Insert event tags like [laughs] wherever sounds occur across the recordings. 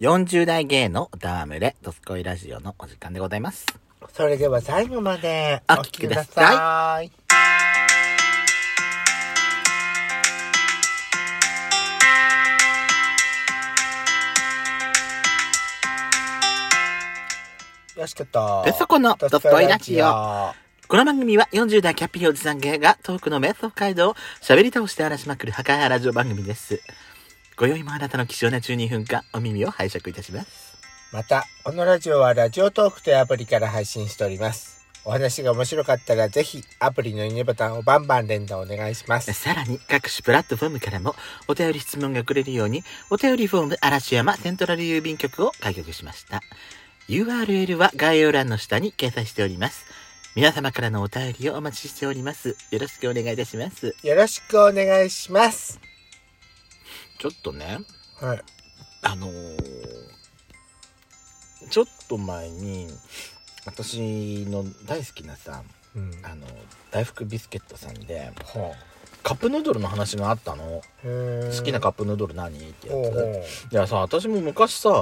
40代芸の歌は群れ、ドスコイラジオのお時間でございます。それでは最後までおお聞聞ききくくだだささい。よしこと。ペソコのドドススココイイララジジオオ。この番組は40代キャッピーおじさん芸がトークの瞑想街道を喋り倒して荒らしまくる破壊派ラジオ番組です。今宵もあなたの貴重な12分間、お耳を拝借いたします。また、このラジオはラジオトークというアプリから配信しております。お話が面白かったらぜひアプリのいいねボタンをバンバン連打お願いします。さらに各種プラットフォームからもお便り質問がくれるようにお便りフォーム嵐山セントラル郵便局を開局しました URL は概要欄の下に掲載しております皆様からのお便りをお待ちしておりますよろしくお願いいたしますよろしくお願いします。ちょっとねはい。あのーちょっと前に私の大好きなさうん。あの大福ビスケットさんでほカップヌードルの話があったのう好きなカップヌードル何ってやつほうほいやさ私も昔さあ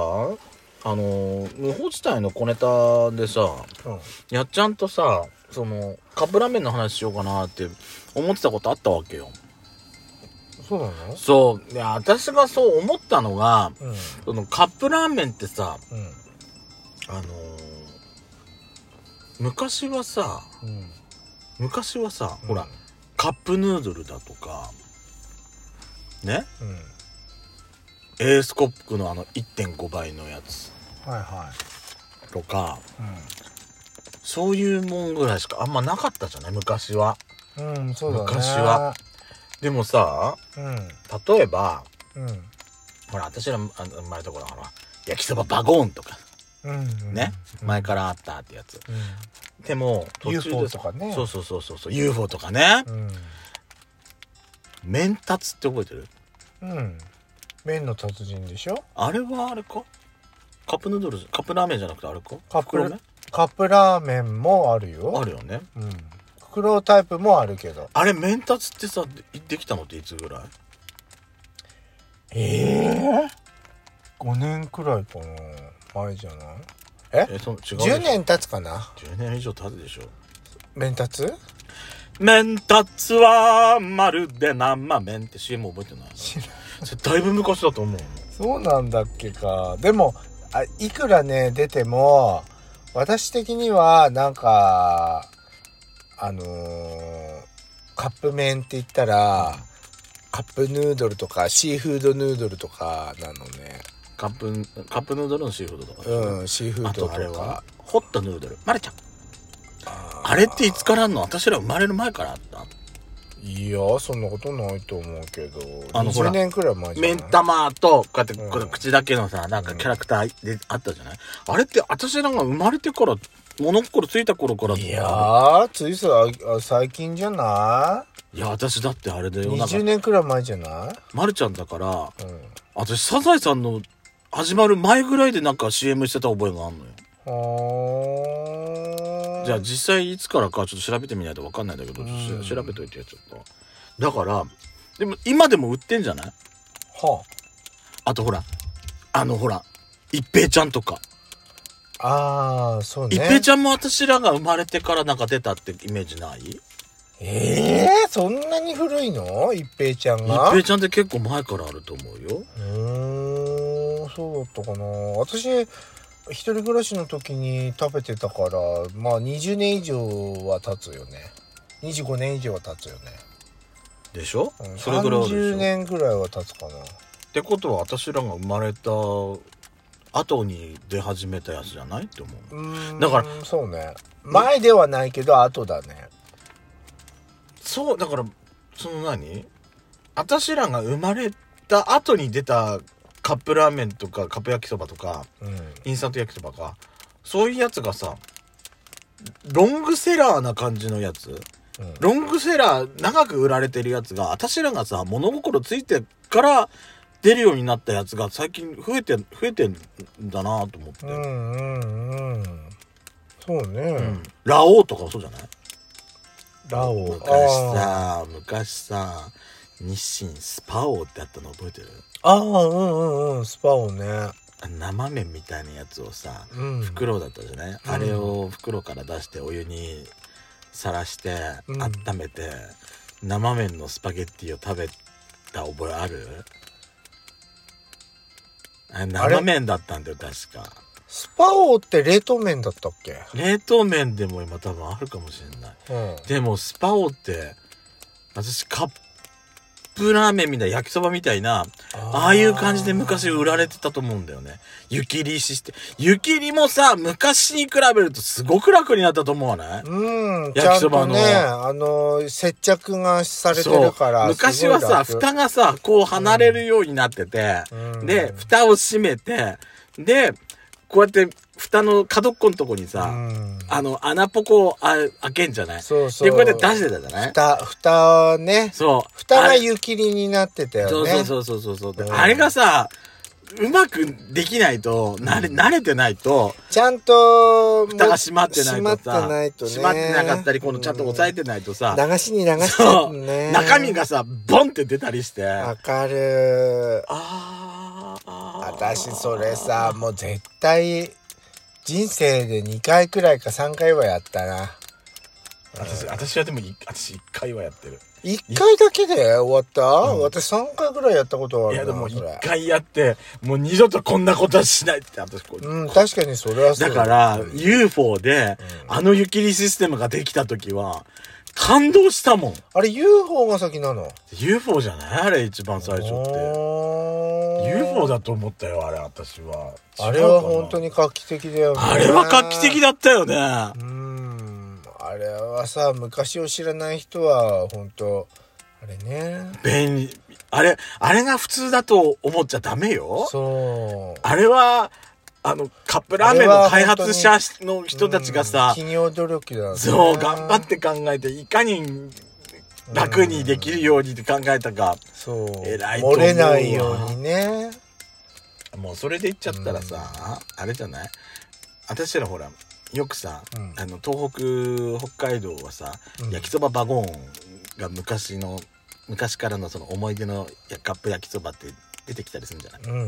の無法地帯の小ネタでさう。うんやっちゃんとさそのカップラーメンの話しようかなって思ってたことあったわけよそうなのそういや私がそう思ったのがうん。そのカップラーメンってさうん。あのー昔はさうん。昔はさ、ほらカップヌードルだとかねうん。エースコップのあの1.5倍のやつはいはとかい。そういうもんぐらいしかあんまなかったじゃない昔は。うん。うん、そうだね。昔は。でもさう例えばん。うん。ほら私らあの生まれた頃はほら焼きそばバゴーンとかうん。ね、うん前からあったってやつうでもん。途中 UFO でとさかね。そうそうそうそうそう UFO とかねうん。メンタツって覚えてるうん。麺の達人でしょあれはあれかカップヌードルカップラーメンじゃなくてあれかカップ袋麺カップラーメンもあるよ。あるよねうん。袋タイプもあるけど。あれメンタツってさでできたのっていつぐらいええ五 ?5 年くらいかな。前じゃないえその違うでしょ10年経つかな10年以上経つでしょ麺立つメンタツはまるで生麺って CM 覚えてない知らんそれだいぶ昔だと思うそうなんだっけか。でも、あいくらね、出ても、私的には、なんか、あのーカップ麺って言ったら、カップヌードルとか、シーフードヌードルとかなのね。カップカップヌードルのシーフードとかでしょうん、シーフーあドととあれかは。ホットヌードルマルちゃんあーあれっていつからあんの私ら生まれる前からあったいや、そんなことないと思うけど。あのほら20年くらい前じゃない目ん玉とこうやってうんこの口だけのさなんかキャラクターであったじゃないあれって私らが生まれてから物心ついた頃からいやー、ついさ、あ最近じゃないや私だってあれだいよなんか ?20 年くらい前じゃなマルちゃんだからいうん。私サザエさんの始まる前ぐらいでなんか CM してた覚えがあんのよほーじゃあ実際いつからかちょっと調べてみないと分かんないんだけど、ちょっとし調べといてよちょっとだからでも今でも売ってんじゃないはあとほらあのほら一平ちゃんとか、ああーそうね一平ちゃんも私らが生まれてからなんか出たってイメージない一えー、そんなに古いの一平ちゃんが平ちゃんって結構前からあると思うようーんそうだったかな私一人暮らしの時に食べてたからまあ20年以上は経つよね25年以上は経つよね、でしょ、うん、それぐらいあるでし30ょ年ぐらいは経つかなってことは私らが生まれた後に出始めたやつじゃないって思ううーんだからそうね前ではないけど後だねそうだからその何私らが生まれた後に出たカップラーメンとかカップ焼きそばとかうんインスタント焼きそばかそういうやつがさロングセラーな感じのやつうんロングセラー長く売られてるやつが私らがさ物心ついてから出るようになったやつが最近増えて増えてんだなと思って、うんうんうんそうね、うんラオウとかそうじゃないラオ昔あさ昔さ日清スパオってあったの覚えてるあーうんうんうんスパオね生麺みたいなやつをさうん袋だったじゃない、うんあれを袋から出してお湯にさらしてうん温めて、生麺のスパゲッティを食べた覚えあるあれあれ生麺だったんだよ確かスパオって冷凍麺だったっけ冷凍麺でも今多分あるかもしれないうんでもスパオって私カップラーメンみたいな焼きそばみたいなああいう感じで昔売られてたと思うんだよね。湯切りシステム。湯切りもさ、昔に比べるとすごく楽になったと思わないうん、ち焼ゃきんそとばのね、あの、接着がされてるから。昔はさ、すごい楽蓋がさ、こう離れるようになってて、うんで、蓋を閉めて、で、こうやって蓋の角っこのとこにさ、うんあの、穴ポコをあ開けんじゃないそうそう。で、こうやって出してたじゃない蓋、蓋ね。そう。蓋あがれ湯切りになってたよね。そうそうそうそうそうそう、でうんあれがさ、うまくできないと、慣れ、慣れてないと、ちゃんと、蓋が閉まってないとさ閉まってないとね。閉まってなかったりこのちゃんと押さえてないとさ、うん流しに流してそうるね。中身。がさボンって出たりしてあわかる。あー私それさ、もう絶対、人生で2回くらいか3回はやったな。私私はでもい私一回はやってる1回だけで終わった、うん私3回ぐらいやったことあいるなやでも一それ回やってもう二度とこんなことはしないって私こう、うん確かにそれはそうだからうん UFO であの湯切りシステムができた時は感動したもんあれ UFO が先なの UFO じゃないあれ一番最初っておー UFO だと思ったよあれ私はあれは本当にに画期的だよねあれは画期的だったよねうんあれはさ昔を知らない人は本当あれね便利。あれ、あれが普通だと思っちゃダメよ。そうあれは、あの、カップラーメンの開発者の人たちがさ、うん企業努力だよねそう、頑張って考えて、いかに楽にできるようにって考えたか。そう偉いと漏思うわれないようにねもうそれで言っちゃったらさ、あれじゃない私らほら、よくさ、うんあの、東北、北海道はさ、うん焼きそばバゴンが昔の、昔からのその思い出のカップ焼きそばって出てきたりするんじゃないうん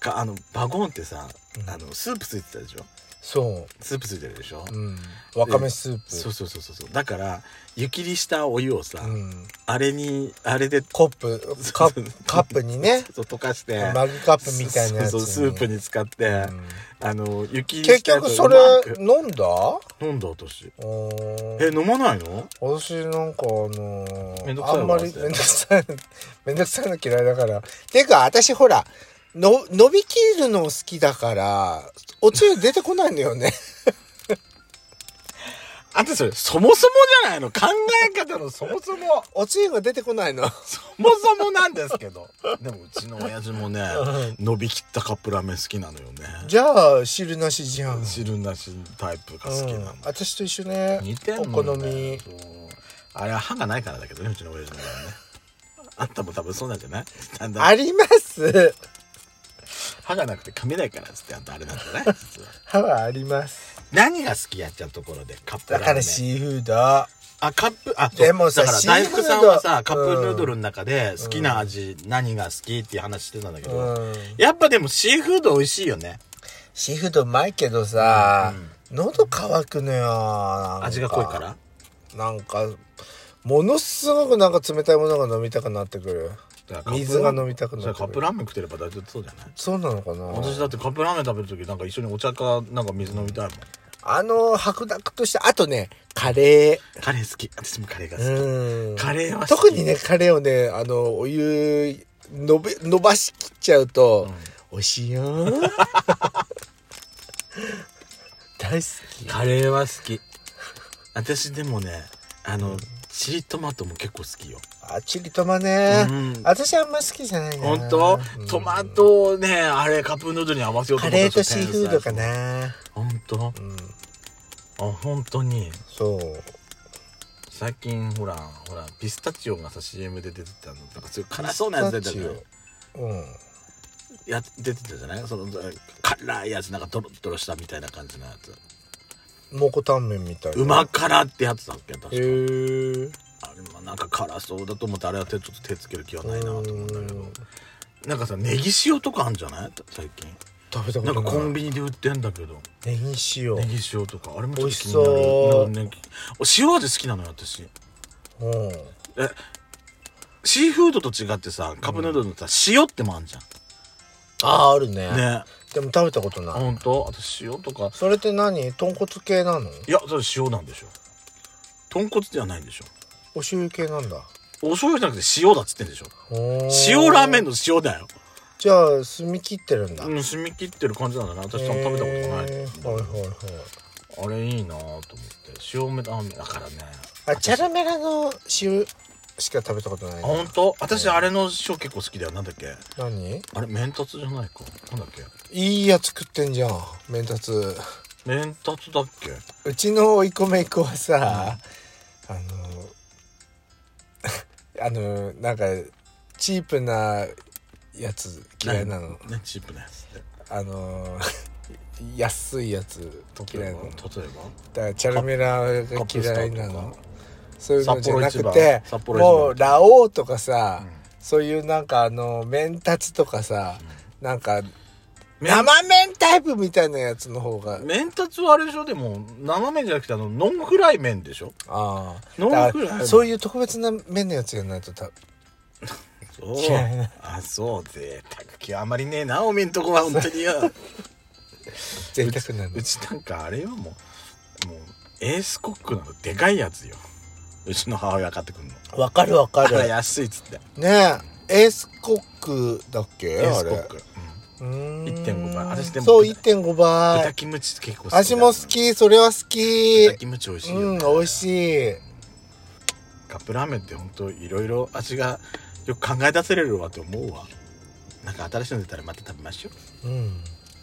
かあのバゴンってさ、うんあのスープついてたでしょそうスープついてるでしょ、うん、わかめスープそうそうそうそうそうだから湯切りしたお湯をさ、うん、あれにあれでコップカップカップにねそう溶かしてマグカップみたいなやつそうにそうスープに使って、うんあの湯切り結したやつ局それをうまく飲んだ飲んだ私おーえ飲まないの私なんかあのーめんどくさいわあんまりそれめんどくさい [laughs] めんどくさいの嫌いだからていうか私ほらの伸びきるの好きだからおつゆ出てこないんだよねあんたそれそもそもじゃないの考え方のそもそもおつゆが出てこないのそもそもなんですけどでもうちの親父もね伸びきったカップラーメン好きなのよねじゃあ汁なしじゃん汁なしタイプが好きなのうん、私と一緒ね似てんもんねお好みそうあれは歯がないからだけどねうちの親父の場合はねあったも多分そうなんじゃないだんだんあります歯がなくて噛めないからっつってあんたあれなんじゃない実は歯はあります何が好きやっちゃうところでカップラーメンだからシーフードあカップあそうでもさだからシー大フード福さんはさカップうんヌードルの中で好きな味、何が好きっていう話してたんだけど、うんやっぱでもシーフード美味しいよねシーフードうまいけどさ、う喉乾くのよなんか味が濃いからなんかものすごくなんか冷たいものが飲みたくなってくるだからカップ水が飲みたくそなれってカッくプるラーメン食ってれば大丈夫そうじゃないそうなのかな私だってカップラーメン食べる時なんか一緒にお茶かなんか水飲みたいもんあの白濁としてあとねカレカレー好き私もカレーが好き、ーうんカレーは好き特にねカレーをねあのお湯のべ伸ばしきっちゃうと、美味しい [laughs] よ大好きカレーは好き私でもねあの、チリトマトも結構好きよ、 [laughs] あチリトマね、うん私あんま好きじゃないな本当、うんトマトをねあれカップヌードルに合わせようとカ思ったレらーとシーフードかな本当うんあ本当にそう最近ほらほらピスタチオがさ CM で出てたのとかすごい辛そうなやつ出てたじゃないピスタチオうんや出てたじゃないその辛いやつなんかドロドロしたみたいな感じのやつ蒙古タンメンみたいなうま辛ってやつだっけ確かへーあれもなんか辛そうだと思ってあれは手ちょっと手つける気はないなと思うんだけうどんなんかさネギ塩とかあんじゃない最近食べたこなとんなかいコンビニで売ってんだけどネギ塩ネギ塩とかあれもちょっと気に美味しそうなるなんかねお塩味好きなのよ私うんえシーフードと違ってさカップヌードルのさ、塩ってもあんじゃあああるねんねでも食べたことない、ほんとあと塩とかそれって何豚骨系なのいやそれ塩なんでしょ豚骨ではないんでしょお醤油系なんだお醤油じゃなくて塩だっつってんでしょ塩塩ラーメンの塩だよじゃあ澄み切ってるんだ、うん染み切ってる感じなんだな私多分食べたことない、へーはいはいはいあれいいなと思って塩めラーメンだからねあチャラメラの塩しか食べたことなあいな本当私あれの塩結構好きだよなんだっけ何あれメンタツじゃないかなんだっけいいやつ食ってんじゃんメンタツメンタツだっけうちの追い込めっ子はさ、あの [laughs] あのなんかチープなやつ嫌いなのねチープなやつってあの [laughs] 安いやつ例嫌えいばなのだ例えからチャラメラがばカップスタ嫌ーいとなかのそういうのじゃなく札幌て一番札幌一番もうラオウとかさ、うんそういうなんかあの面立つとかさ、なんかメン生麺タイプみたいなやつの方がメンタツはあれでしょでも生麺じゃなくてあのノンフライ麺でしょあノあンだフかライらそういう特別な麺のやつがないとたそう嫌いなあそう贅沢気あまりねえなおめんとこは本当によ贅沢なのうちなんかあれよもうもうエースコックなのでかいやつようちの母親買ってくんのわかるわかあれる安いっつってねえエースコックだっけエあースれコック、うんうーん1.5倍私でもそう1.5倍豚キムチ結構好きだよ私も好きそれは好き豚キムチ美味しいよ、うんね美味しいカップラーメンって本当いろいろ味がよく考え出せれるわと思うわなんか新しいの出たらまた食べましょううん